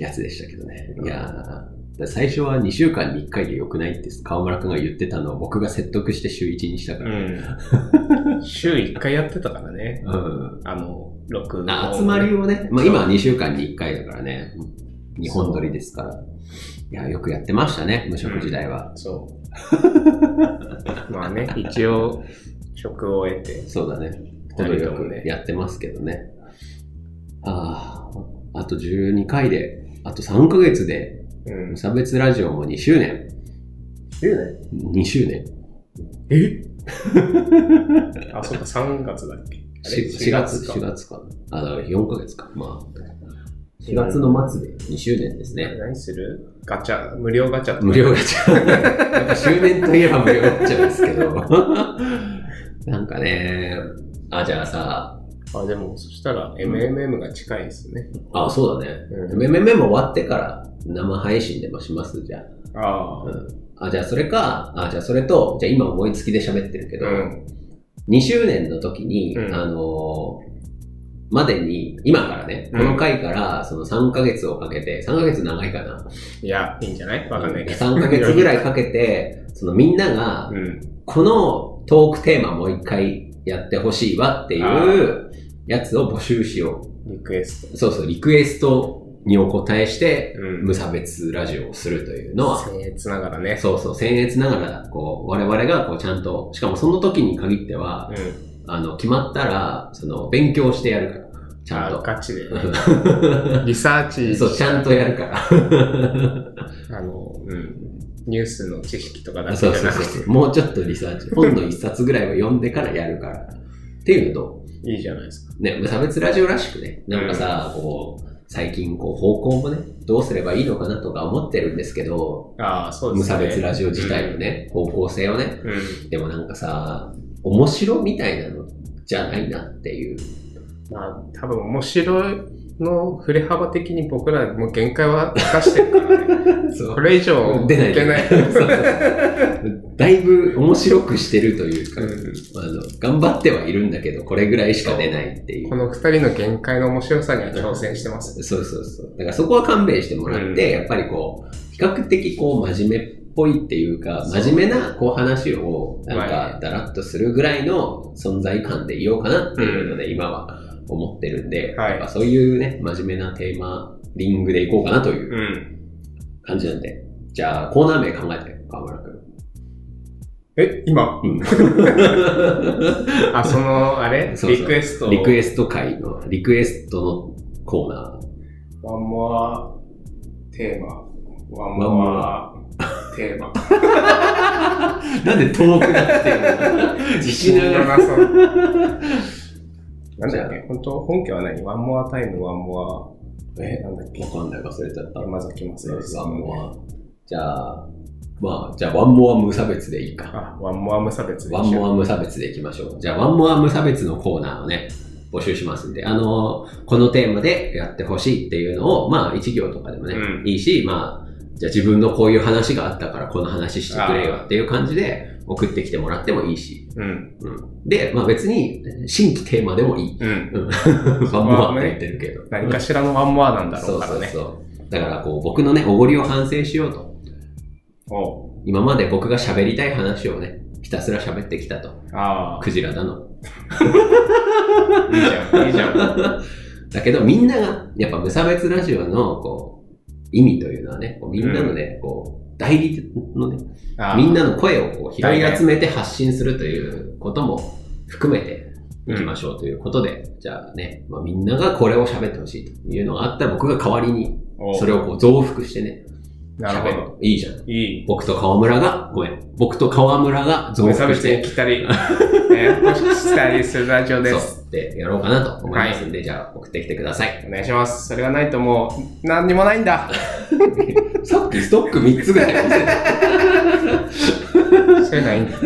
[SPEAKER 3] やつでしたけどね。いやー最初は2週間に1回でよくないって川村くんが言ってたのを僕が説得して週1にしたから。
[SPEAKER 4] うん。週1回やってたからね。
[SPEAKER 3] うん
[SPEAKER 4] あの、録音
[SPEAKER 3] あ集まりをね、まあ、今は2週間に1回だからね、日本撮りですから。いや、よくやってましたね、無職時代は。
[SPEAKER 4] そう。 まあね、一応、職を得て。
[SPEAKER 3] そうだね。程
[SPEAKER 4] 二人
[SPEAKER 3] よ
[SPEAKER 4] とも
[SPEAKER 3] く
[SPEAKER 4] ね
[SPEAKER 3] やってますけどね。ああ、あと12回で、あと3ヶ月で、
[SPEAKER 4] うん
[SPEAKER 3] 無。差別ラジオも2周年。
[SPEAKER 4] 10
[SPEAKER 3] 2周年。
[SPEAKER 4] 年え あ、そっか、3月だっけあれ
[SPEAKER 3] 4月、4
[SPEAKER 4] か。
[SPEAKER 3] 月か。あ、だから4ヶ月か。まあ。4月の末で2周年ですね。
[SPEAKER 4] 何するガチャ、無料ガチャとか
[SPEAKER 3] 無料ガチャ。やっぱ周年といえば無料ガチャですけど。 なんかね、あ、じゃあさ、
[SPEAKER 4] あ、でも、そしたら MMM が近いですね。
[SPEAKER 3] あ、そうだね。
[SPEAKER 4] うん。
[SPEAKER 3] めめめも終わってから生配信でもしますじゃ
[SPEAKER 4] ああ
[SPEAKER 3] あ。。あ、じゃあそれか、あ、じゃあそれと、じゃあ今思いつきで喋ってるけど、
[SPEAKER 4] うん。
[SPEAKER 3] 2周年の時に、
[SPEAKER 4] うん
[SPEAKER 3] あのーまでに、今からね、この回から、その3ヶ月をかけて、3ヶ月長いかな。
[SPEAKER 4] いや、いいんじゃないわかんないけど。
[SPEAKER 3] 3ヶ月ぐらいかけて、そのみんなが、
[SPEAKER 4] うん。
[SPEAKER 3] このトークテーマもう一回やってほしいわっていうやつを募集しよ
[SPEAKER 4] リクエス
[SPEAKER 3] う。そうそう、リクエストにお答えして
[SPEAKER 4] ト。、うん。
[SPEAKER 3] 無差別ラジオをするというのは、
[SPEAKER 4] 僭越ながらね。
[SPEAKER 3] そうそう、僭越ながら、こう、我々がこうちゃんと、しかもその時に限っては、
[SPEAKER 4] うん。
[SPEAKER 3] あの、決まったら、その、勉強してやるから、ちゃん
[SPEAKER 4] あ、
[SPEAKER 3] と。
[SPEAKER 4] ガチで。
[SPEAKER 3] う
[SPEAKER 4] リサーチ
[SPEAKER 3] んそう、ちゃんとやるから。
[SPEAKER 4] あの、うん。ニュースの知識とかだけじ
[SPEAKER 3] そ
[SPEAKER 4] ゃ
[SPEAKER 3] うそう
[SPEAKER 4] な
[SPEAKER 3] そう
[SPEAKER 4] く
[SPEAKER 3] そう。 もうちょっとリサーチ。本の一冊ぐらいは読んでからやるから。っていうのと、
[SPEAKER 4] て、いいじゃないですか。
[SPEAKER 3] ね、無差別ラジオらしくね、なんかさ、こう、最近こう方向もね、どうすればいいのかなとか思ってるんですけど、
[SPEAKER 4] ああ、そうで
[SPEAKER 3] 無
[SPEAKER 4] すね。
[SPEAKER 3] 差別ラジオ自体のね、方向性をね、
[SPEAKER 4] うん。うん。
[SPEAKER 3] でもなんかさ、面白みたいなのじゃないなっていう。
[SPEAKER 4] まあ、多分面白いの振れ幅的に僕らもう限界は出してる からね。
[SPEAKER 3] そう
[SPEAKER 4] これ以上
[SPEAKER 3] 出ない
[SPEAKER 4] いけない。
[SPEAKER 3] そうそうそうだいぶ面白くしてるというか、
[SPEAKER 4] うん
[SPEAKER 3] あの、頑張ってはいるんだけど、これぐらいしか出ないってい
[SPEAKER 4] こ
[SPEAKER 3] う。
[SPEAKER 4] の二人の限界の面白さには挑戦してます。
[SPEAKER 3] そうそうそう。だからそこは勘弁してもらって、
[SPEAKER 4] うん
[SPEAKER 3] やっぱりこう、比較的こう真面目っぽいっていうか、真面目なこう話を、なん
[SPEAKER 4] は
[SPEAKER 3] か、だらっとするぐらいの存在感でいようかなっていうので、今は思ってるんで、
[SPEAKER 4] はい
[SPEAKER 3] やっぱそういうね、真面目なテーマ、リングでいこうかなという
[SPEAKER 4] うん。
[SPEAKER 3] 感じなんで。じゃあ、コーナー名考えて、河村くん。
[SPEAKER 4] え、今
[SPEAKER 3] うん
[SPEAKER 4] あ、その、あれ
[SPEAKER 3] そうそう
[SPEAKER 4] リクエスト。
[SPEAKER 3] リク
[SPEAKER 4] エス
[SPEAKER 3] エスト会の、リクエストのコーナ
[SPEAKER 4] ト。ワンモアテーマ。ワン
[SPEAKER 3] ワンモ
[SPEAKER 4] モアテ ーマ。
[SPEAKER 3] ー。なんで遠くなってるの自信
[SPEAKER 4] だ
[SPEAKER 3] が。
[SPEAKER 4] な、その。なんだっけ本当本家は何ワンモアタイム、ワンモア、
[SPEAKER 3] え、
[SPEAKER 4] なんだっけ
[SPEAKER 3] わかんない、忘れちゃった。
[SPEAKER 4] 山崎まさよしさ
[SPEAKER 3] ワ
[SPEAKER 4] ん
[SPEAKER 3] ン
[SPEAKER 4] のね
[SPEAKER 3] モア。じゃあ、まあ、じゃあ、ワンモア無差別でいいか。
[SPEAKER 4] あ、ワンモア無差別で
[SPEAKER 3] ワン
[SPEAKER 4] ア。
[SPEAKER 3] モア無差別でいきましょう。じゃあ、ワンモア無差別のコーナーをね、募集しますんで、あのーこのテーマでやってほしいっていうのを、まあ、一行とかでもね、
[SPEAKER 4] うん
[SPEAKER 3] いいし、まあ、じゃあ自分のこういう話があったから、この話してくれよっていう感じで送ってきてもらってもいいし、
[SPEAKER 4] うん。
[SPEAKER 3] うんで、まあ別に新規テーマでもい い。
[SPEAKER 4] うん。
[SPEAKER 3] うんワンモアって言ってるけど。
[SPEAKER 4] 何かしらのワンモアなんだろうからね。
[SPEAKER 3] そうそうそう。だからこう僕のね、おごりを反省しようと。
[SPEAKER 4] おう
[SPEAKER 3] 今まで僕が喋りたい話をね、ひたすら喋ってきたと。
[SPEAKER 4] あ
[SPEAKER 3] クジラだの。
[SPEAKER 4] あ、いいじゃん、いいじゃん。
[SPEAKER 3] だけどみんなが、やっぱ無差別ラジオのこう、意味というのはね、こうみんなのね、こう、代理のね、
[SPEAKER 4] ああ
[SPEAKER 3] みんなの声をこう拾い集めて発信するということも含めて、いきましょうということで、じゃあね、まあ、みんながこれを喋ってほしいというのがあったら僕が代わりに
[SPEAKER 4] おう
[SPEAKER 3] それをこう増幅してね、
[SPEAKER 4] なる
[SPEAKER 3] 喋
[SPEAKER 4] ほど。
[SPEAKER 3] る。いいじゃん。
[SPEAKER 4] いい。
[SPEAKER 3] 僕と河村が、ごめん。僕と河村が増
[SPEAKER 4] 無差
[SPEAKER 3] 幅し
[SPEAKER 4] 別に
[SPEAKER 3] て、
[SPEAKER 4] 来たり、ね、もししたりするラジオです。
[SPEAKER 3] そう、で、やろうかなと思いますんで、じゃあ送ってきてください。
[SPEAKER 4] お願いします。それがないともう、何にもないんだ。
[SPEAKER 3] さっきストック3つぐらい見せた。
[SPEAKER 4] そういうのはいいんだ。そ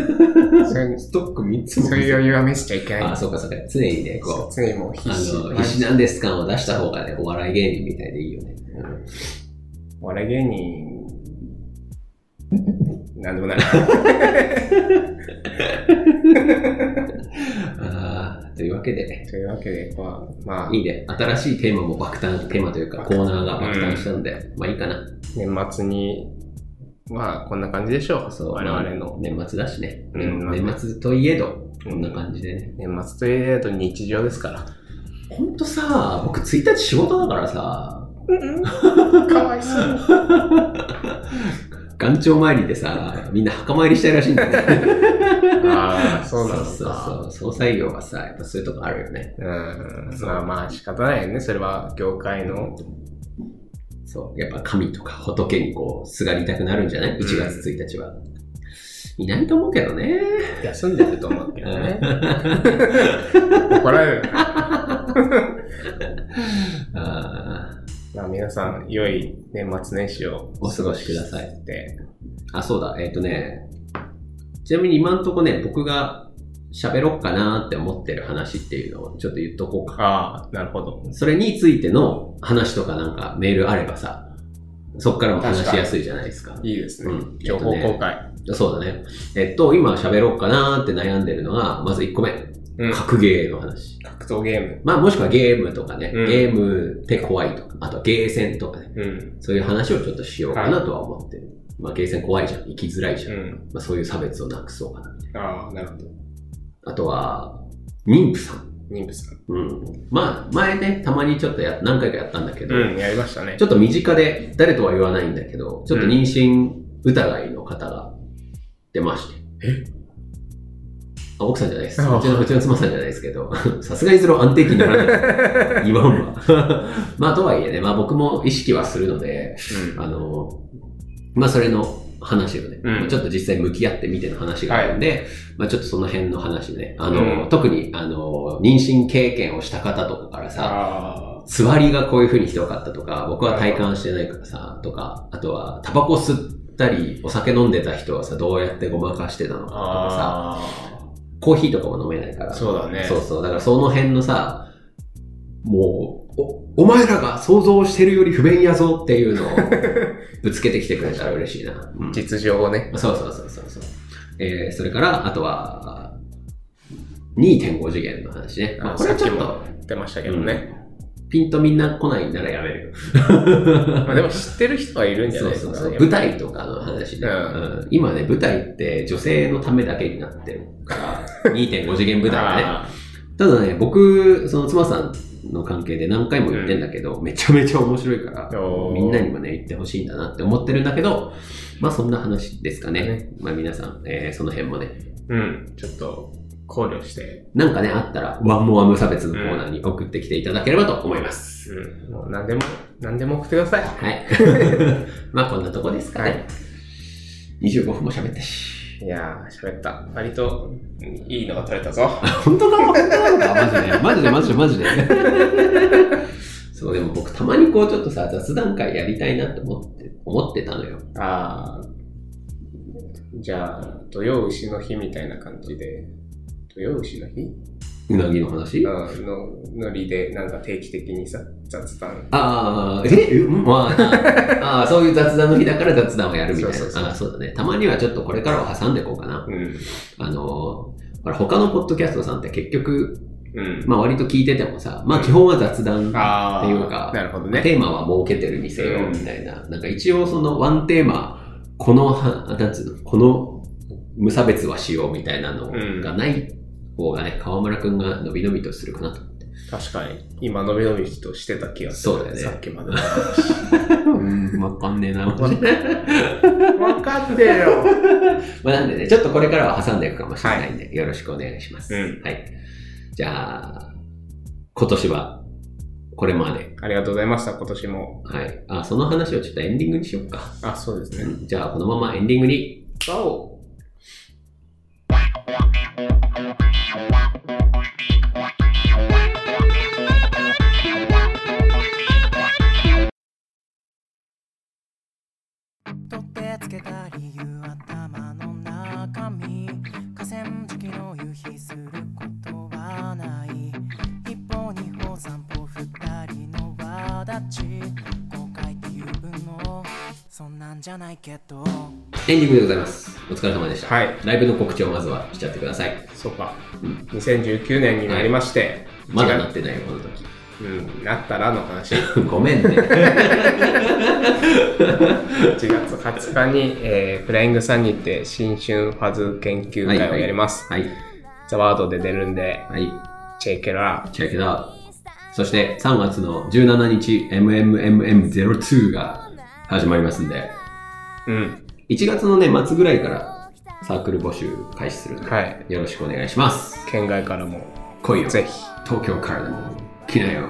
[SPEAKER 4] ういう
[SPEAKER 3] ストック3つも
[SPEAKER 4] そう
[SPEAKER 3] 見
[SPEAKER 4] い
[SPEAKER 3] せ
[SPEAKER 4] う余裕は見せちゃいけ
[SPEAKER 3] た
[SPEAKER 4] ないん
[SPEAKER 3] あ、
[SPEAKER 4] だ。
[SPEAKER 3] そうかそうか。常にね、こう、
[SPEAKER 4] 常にもう必
[SPEAKER 3] あ
[SPEAKER 4] 死。
[SPEAKER 3] の、必死なんです感を出した方がね、お笑い芸人みたいでいいよね。うん
[SPEAKER 4] お笑い芸人、なんで もない。
[SPEAKER 3] あーというわけで、
[SPEAKER 4] というわけで、まあ、まあ、
[SPEAKER 3] いいね。新しいテーマも爆誕、テーマというかコーナーが爆誕したんで、まあいいかな。
[SPEAKER 4] 年末に、まあ、こんな感じでしょう。
[SPEAKER 3] そう
[SPEAKER 4] 我々の。
[SPEAKER 3] 年末だしね。
[SPEAKER 4] うん
[SPEAKER 3] 年末といえど、こんな感じでね。
[SPEAKER 4] 年末といえど日常ですから。
[SPEAKER 3] ほんとさ、僕1日仕事だからさ、
[SPEAKER 4] かわいそう。
[SPEAKER 3] 元朝参りでさ、みんな墓参りしたいらしいんだよね。
[SPEAKER 4] ああ、 そうなのか。
[SPEAKER 3] そうそうそう。総裁業はさ、やっぱそういうとこあるよね。
[SPEAKER 4] うん。まあまあ、仕方ないよね。それは、業界の。
[SPEAKER 3] そう。やっぱ神とか仏にこう、すがりたくなるんじゃない ?1 月1日は。いないと思うけどね。
[SPEAKER 4] 休んでると思うけどね。怒られる。
[SPEAKER 3] あー
[SPEAKER 4] まあ、皆さん、良い年末年始を
[SPEAKER 3] お過ごしください。
[SPEAKER 4] で、
[SPEAKER 3] あ、そうだ、えっ、とね、ちなみに今んとこね、僕が喋ろっかなって思ってる話っていうのをちょっと言っとこうか。
[SPEAKER 4] ああ、なるほど。
[SPEAKER 3] それについての話とかなんかメールあればさ、そっからも話しやすいじゃないですか。
[SPEAKER 4] いいですね。
[SPEAKER 3] うん
[SPEAKER 4] 情報公開。
[SPEAKER 3] そうだね。えっと、今喋ろっかなって悩んでるのが、まず1個目。
[SPEAKER 4] うん。
[SPEAKER 3] 格ゲーの話。
[SPEAKER 4] 格闘ゲーム。
[SPEAKER 3] まあもしくはゲームとかね、
[SPEAKER 4] うん
[SPEAKER 3] ゲームって怖いとか、あとゲーセンとかね、
[SPEAKER 4] うん。
[SPEAKER 3] そういう話をちょっとしようかなとは思ってる。まあゲーセン怖いじゃん、行きづらいじゃん。
[SPEAKER 4] う
[SPEAKER 3] まあそういう差別をなくそうかな。
[SPEAKER 4] ん。ああ、なるほど。
[SPEAKER 3] あとは、妊婦さん。
[SPEAKER 4] 妊婦さん。
[SPEAKER 3] うん。まあ、前ね、たまにちょっとや何回かやったんだけど、
[SPEAKER 4] うん、やりましたね
[SPEAKER 3] ち。ょっと身近で、誰とは言わないんだけど、ちょっと妊娠疑いの方が出まして。あ、奥さんじゃないです。
[SPEAKER 4] あ
[SPEAKER 3] うちの、うちの妻さんじゃないですけど、 さすがにそれは安定期になら ない。言わんわ。まあ、とはいえね、 まあ僕も意識はするので、
[SPEAKER 4] うん。
[SPEAKER 3] あの、まあそれの話をね、
[SPEAKER 4] うん
[SPEAKER 3] まあちょっと実際向き合ってみての話があるんで、まあちょっとその辺の話ね、あの、
[SPEAKER 4] うん
[SPEAKER 3] 特にあの、妊娠経験をした方とかからさ、
[SPEAKER 4] あ
[SPEAKER 3] の、座りがこういう風にひどかったとか、僕は体感してないからさ、とか、あとは、タバコ吸ったり、お酒飲んでた人はさ、どうやってごまかしてたのかとかさ、コーヒーとかも飲めないから。
[SPEAKER 4] そうだね。
[SPEAKER 3] そうそう。だからその辺のさ、もう、お、お前らが想像してるより不便やぞっ ていうのをぶつけてきてくれたら嬉しいな。うん
[SPEAKER 4] 実情をね。
[SPEAKER 3] そうそうそうそうそう。えー、それから、あとは、2.5次元の話ね。まあ、これ
[SPEAKER 4] さっ
[SPEAKER 3] はち
[SPEAKER 4] き
[SPEAKER 3] ょっと
[SPEAKER 4] も、言ってましたけどね。
[SPEAKER 3] ピンとみんな来ないならやめ るよ。
[SPEAKER 4] まあでも知ってる人はいるんじゃ
[SPEAKER 3] そ
[SPEAKER 4] ないうです
[SPEAKER 3] そ
[SPEAKER 4] かね。
[SPEAKER 3] うそう。
[SPEAKER 4] やっぱ
[SPEAKER 3] 舞台とかの話で、
[SPEAKER 4] うん
[SPEAKER 3] うん今ね、舞台って女性のためだけになってる から、2.5次元舞台がね。
[SPEAKER 4] あ
[SPEAKER 3] ただね、僕、その妻さんの関係で何回も言ってんだけど、めちゃめちゃ面白いから、
[SPEAKER 4] おー
[SPEAKER 3] みんなにもね、言ってほしいんだなって思ってるんだけど、まあそんな話ですかね。
[SPEAKER 4] ね
[SPEAKER 3] まあ皆さん、えーその辺もね、
[SPEAKER 4] ーうん。ちょっと考慮して、
[SPEAKER 3] なんかね、あったら、ワンモア無差別のコーナーに送ってきていただければと思います。
[SPEAKER 4] うん。もう何でも、何でも送ってください。
[SPEAKER 3] はい。まあこんなとこですかね。25分も喋ったし。
[SPEAKER 4] いやー、喋った。割と、いいのが取れたぞ。
[SPEAKER 3] 本当か本当なのかマジで。マジでマジでマジで。そう、でも僕たまにこうちょっとさ、雑談会やりたいなって思って、思ってたのよ。
[SPEAKER 4] ああ。じゃあ、土曜牛の日みたいな感じで、土曜牛の日
[SPEAKER 3] うなぎの話
[SPEAKER 4] うんのノリで、なんか定期的にさ、雑談。
[SPEAKER 3] ああ、えうんまあ、ああ、そういう雑談の日だから雑談をやるみたいな。
[SPEAKER 4] そうそうそう
[SPEAKER 3] ああ、そうだね。たまにはちょっとこれからは挟んでいこうかな。
[SPEAKER 4] うん。
[SPEAKER 3] あのー、ほら他のポッドキャストさんって結局、
[SPEAKER 4] うん。
[SPEAKER 3] まあ割と聞いててもさ、まあ基本は雑談、
[SPEAKER 4] あ
[SPEAKER 3] っていうか
[SPEAKER 4] なるほどね。
[SPEAKER 3] テーマは設けてるにせよみたいな。なんか一応そのワンテーマ、このは、なんつうの、この無差別はしようみたいなのがない方がね、河村くんが伸び伸びとするかなと。
[SPEAKER 4] 確かに。今、のびのびとしてた気がする。
[SPEAKER 3] そうだよね
[SPEAKER 4] さっきまで。
[SPEAKER 3] うん、わかんねえな、 マジで。
[SPEAKER 4] わかってるよ。
[SPEAKER 3] まあ、なんでね、ちょっとこれからは挟んでいくかもしれないんで、よろしくお願いします。
[SPEAKER 4] うん
[SPEAKER 3] はい。じゃあ、今年は、これまで。
[SPEAKER 4] ありがとうございました、今年も。
[SPEAKER 3] はい。あ、その話をちょっとエンディングにしようか。
[SPEAKER 4] あ、そうですね。
[SPEAKER 3] じゃあ、このままエンディングに。
[SPEAKER 1] 取ってつけた理由頭の中身河川敷の夕日することはない一歩二歩三歩二人の輪立ち後悔っていう分もそんなんじゃないけど
[SPEAKER 3] エンディングでございます。お疲れ様でした。
[SPEAKER 4] はい。
[SPEAKER 3] ライブの告知をまずはしちゃってください。
[SPEAKER 4] そうか。
[SPEAKER 3] うん
[SPEAKER 4] 2019年になりまして、
[SPEAKER 3] まだ
[SPEAKER 4] 一
[SPEAKER 3] なっ
[SPEAKER 4] 月
[SPEAKER 3] てないよ、この時。
[SPEAKER 4] うん、なったらの話。
[SPEAKER 3] ごめんね。
[SPEAKER 4] 1月20日に、えーフライングさんにて新春ファズ研究会をやります。
[SPEAKER 3] はい。
[SPEAKER 4] ザワードで出るんで、
[SPEAKER 3] はい。
[SPEAKER 4] チェイケラ
[SPEAKER 3] チェックだ。そして、3月の17日、MMMM02 が始まりますんで、
[SPEAKER 4] ー。うん。
[SPEAKER 3] 1月のね、末ぐらいからサークル募集開始するんで、
[SPEAKER 4] はい。
[SPEAKER 3] よろしくお願いします。
[SPEAKER 4] 県外からも、
[SPEAKER 3] 来いよ。
[SPEAKER 4] ぜ
[SPEAKER 3] 東
[SPEAKER 4] ひ。
[SPEAKER 3] 京からでも来なよ。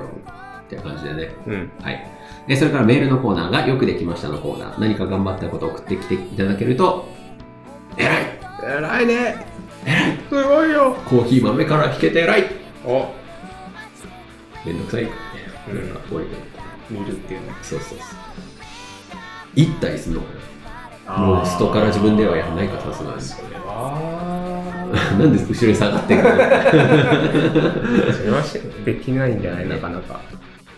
[SPEAKER 3] っていう感じでね。
[SPEAKER 4] うん。
[SPEAKER 3] はい。でそれからメールのコーナーがよくできましたのコーナー。何か頑張ったことを送ってきていただけると、えら
[SPEAKER 4] 偉
[SPEAKER 3] い
[SPEAKER 4] いねすごいよ
[SPEAKER 3] コーヒー豆から引けてえらい
[SPEAKER 4] お
[SPEAKER 3] めんどくさい。
[SPEAKER 4] うん
[SPEAKER 3] なんかこういうの
[SPEAKER 4] 見るっていうね。
[SPEAKER 3] そうそうそう。行ったりするのかなもうストから自分ではやらないか、さすが
[SPEAKER 4] それは、
[SPEAKER 3] に。 なんで後ろに下がってくる
[SPEAKER 4] それはしできないんじゃないなかなか。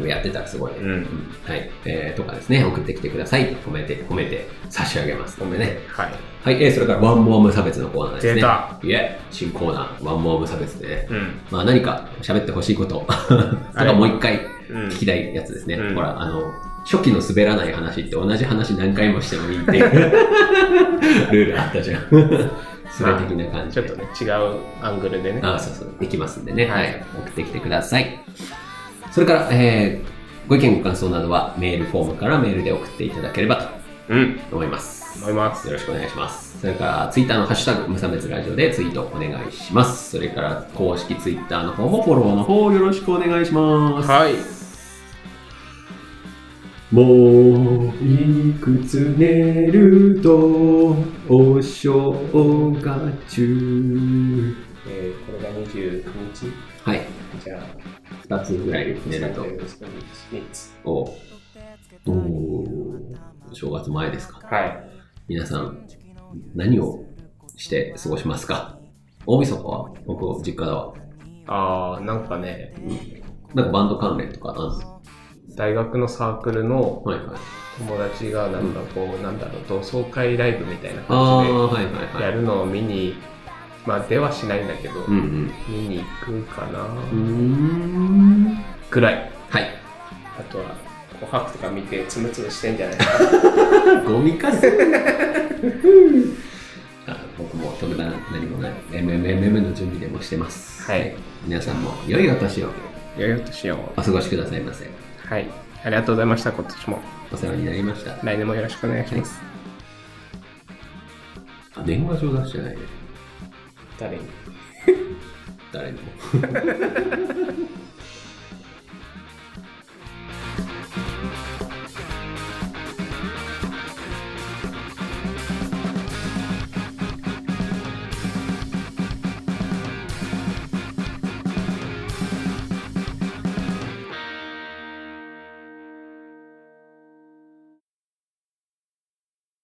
[SPEAKER 3] の やってたらすごいね。
[SPEAKER 4] うん。
[SPEAKER 3] はい、えーとかですね、送ってきてください。褒めて、褒めて、差し上げます。褒めね。
[SPEAKER 4] はい。
[SPEAKER 3] はい、えーそれから、ワンモア無差別のコーナーですね。
[SPEAKER 4] 出た
[SPEAKER 3] いえ、新コーナー、ワンモア無差別でね。
[SPEAKER 4] うん。
[SPEAKER 3] まあ、何か喋ってほしいこと とか、もう一回
[SPEAKER 4] うん
[SPEAKER 3] 聞きたいやつですね。
[SPEAKER 4] うん
[SPEAKER 3] ほら、あの、初期の滑らない話って同じ話何回もしてもいいっていう ルールあったじゃん。 滑り的な感じ
[SPEAKER 4] ち
[SPEAKER 3] で。
[SPEAKER 4] ょっとね、違うアングルでね。
[SPEAKER 3] あそうそう、できますんでね。
[SPEAKER 4] は
[SPEAKER 3] はいい。送ってきてください。それから、えーご意見、ご感想などはメールフォームからメールで送っていただければ
[SPEAKER 4] うん。
[SPEAKER 3] と思います。
[SPEAKER 4] 思います
[SPEAKER 3] よ。ろしくお願いします。それから、ツイッターのハッシュタグ、無差別ラジオでツイートお願いします。それから、公式ツイッターの方もフォローの方よろしくお願いします。
[SPEAKER 4] はい。
[SPEAKER 3] もういくつ寝ると、お正月中。
[SPEAKER 4] えー、これが22日
[SPEAKER 3] はい。
[SPEAKER 4] じゃあ、
[SPEAKER 3] ス2つぐらい寝ると。
[SPEAKER 4] 3つ。
[SPEAKER 3] おうおう正月前ですか。
[SPEAKER 4] はい。
[SPEAKER 3] 皆さん、何をして過ごしますか大晦日は僕、実家だわ。
[SPEAKER 4] あー、なんかね、
[SPEAKER 3] なんかバンド関連とかあんの
[SPEAKER 4] 大学のサークルの
[SPEAKER 3] はいはい。
[SPEAKER 4] 友達がなんかこう、なんだろう、同窓会ライブみたいな
[SPEAKER 3] ああ、
[SPEAKER 4] 感じ
[SPEAKER 3] はいはい
[SPEAKER 4] で、
[SPEAKER 3] は
[SPEAKER 4] や
[SPEAKER 3] い。
[SPEAKER 4] るのを見に、まあ出はしないんだけど、
[SPEAKER 3] うん
[SPEAKER 4] 見に行くかな
[SPEAKER 3] うん。うん。
[SPEAKER 4] ぐらい。
[SPEAKER 3] はい。
[SPEAKER 4] あとは、琥珀とか見て、つむつむしてんじゃないかな。
[SPEAKER 3] ゴミ かすあ僕も特段何もない MMMM の準備でもしてます
[SPEAKER 4] はい
[SPEAKER 3] 皆さんも良いお年を
[SPEAKER 4] よよっとしよ
[SPEAKER 3] お過ごしくださいませ
[SPEAKER 4] う。はい。ありがとうございました、今年も。
[SPEAKER 3] お世話になりました
[SPEAKER 4] 来年もよろしくお願いします。
[SPEAKER 3] あ年賀状出してないね
[SPEAKER 4] 誰に
[SPEAKER 3] 誰にも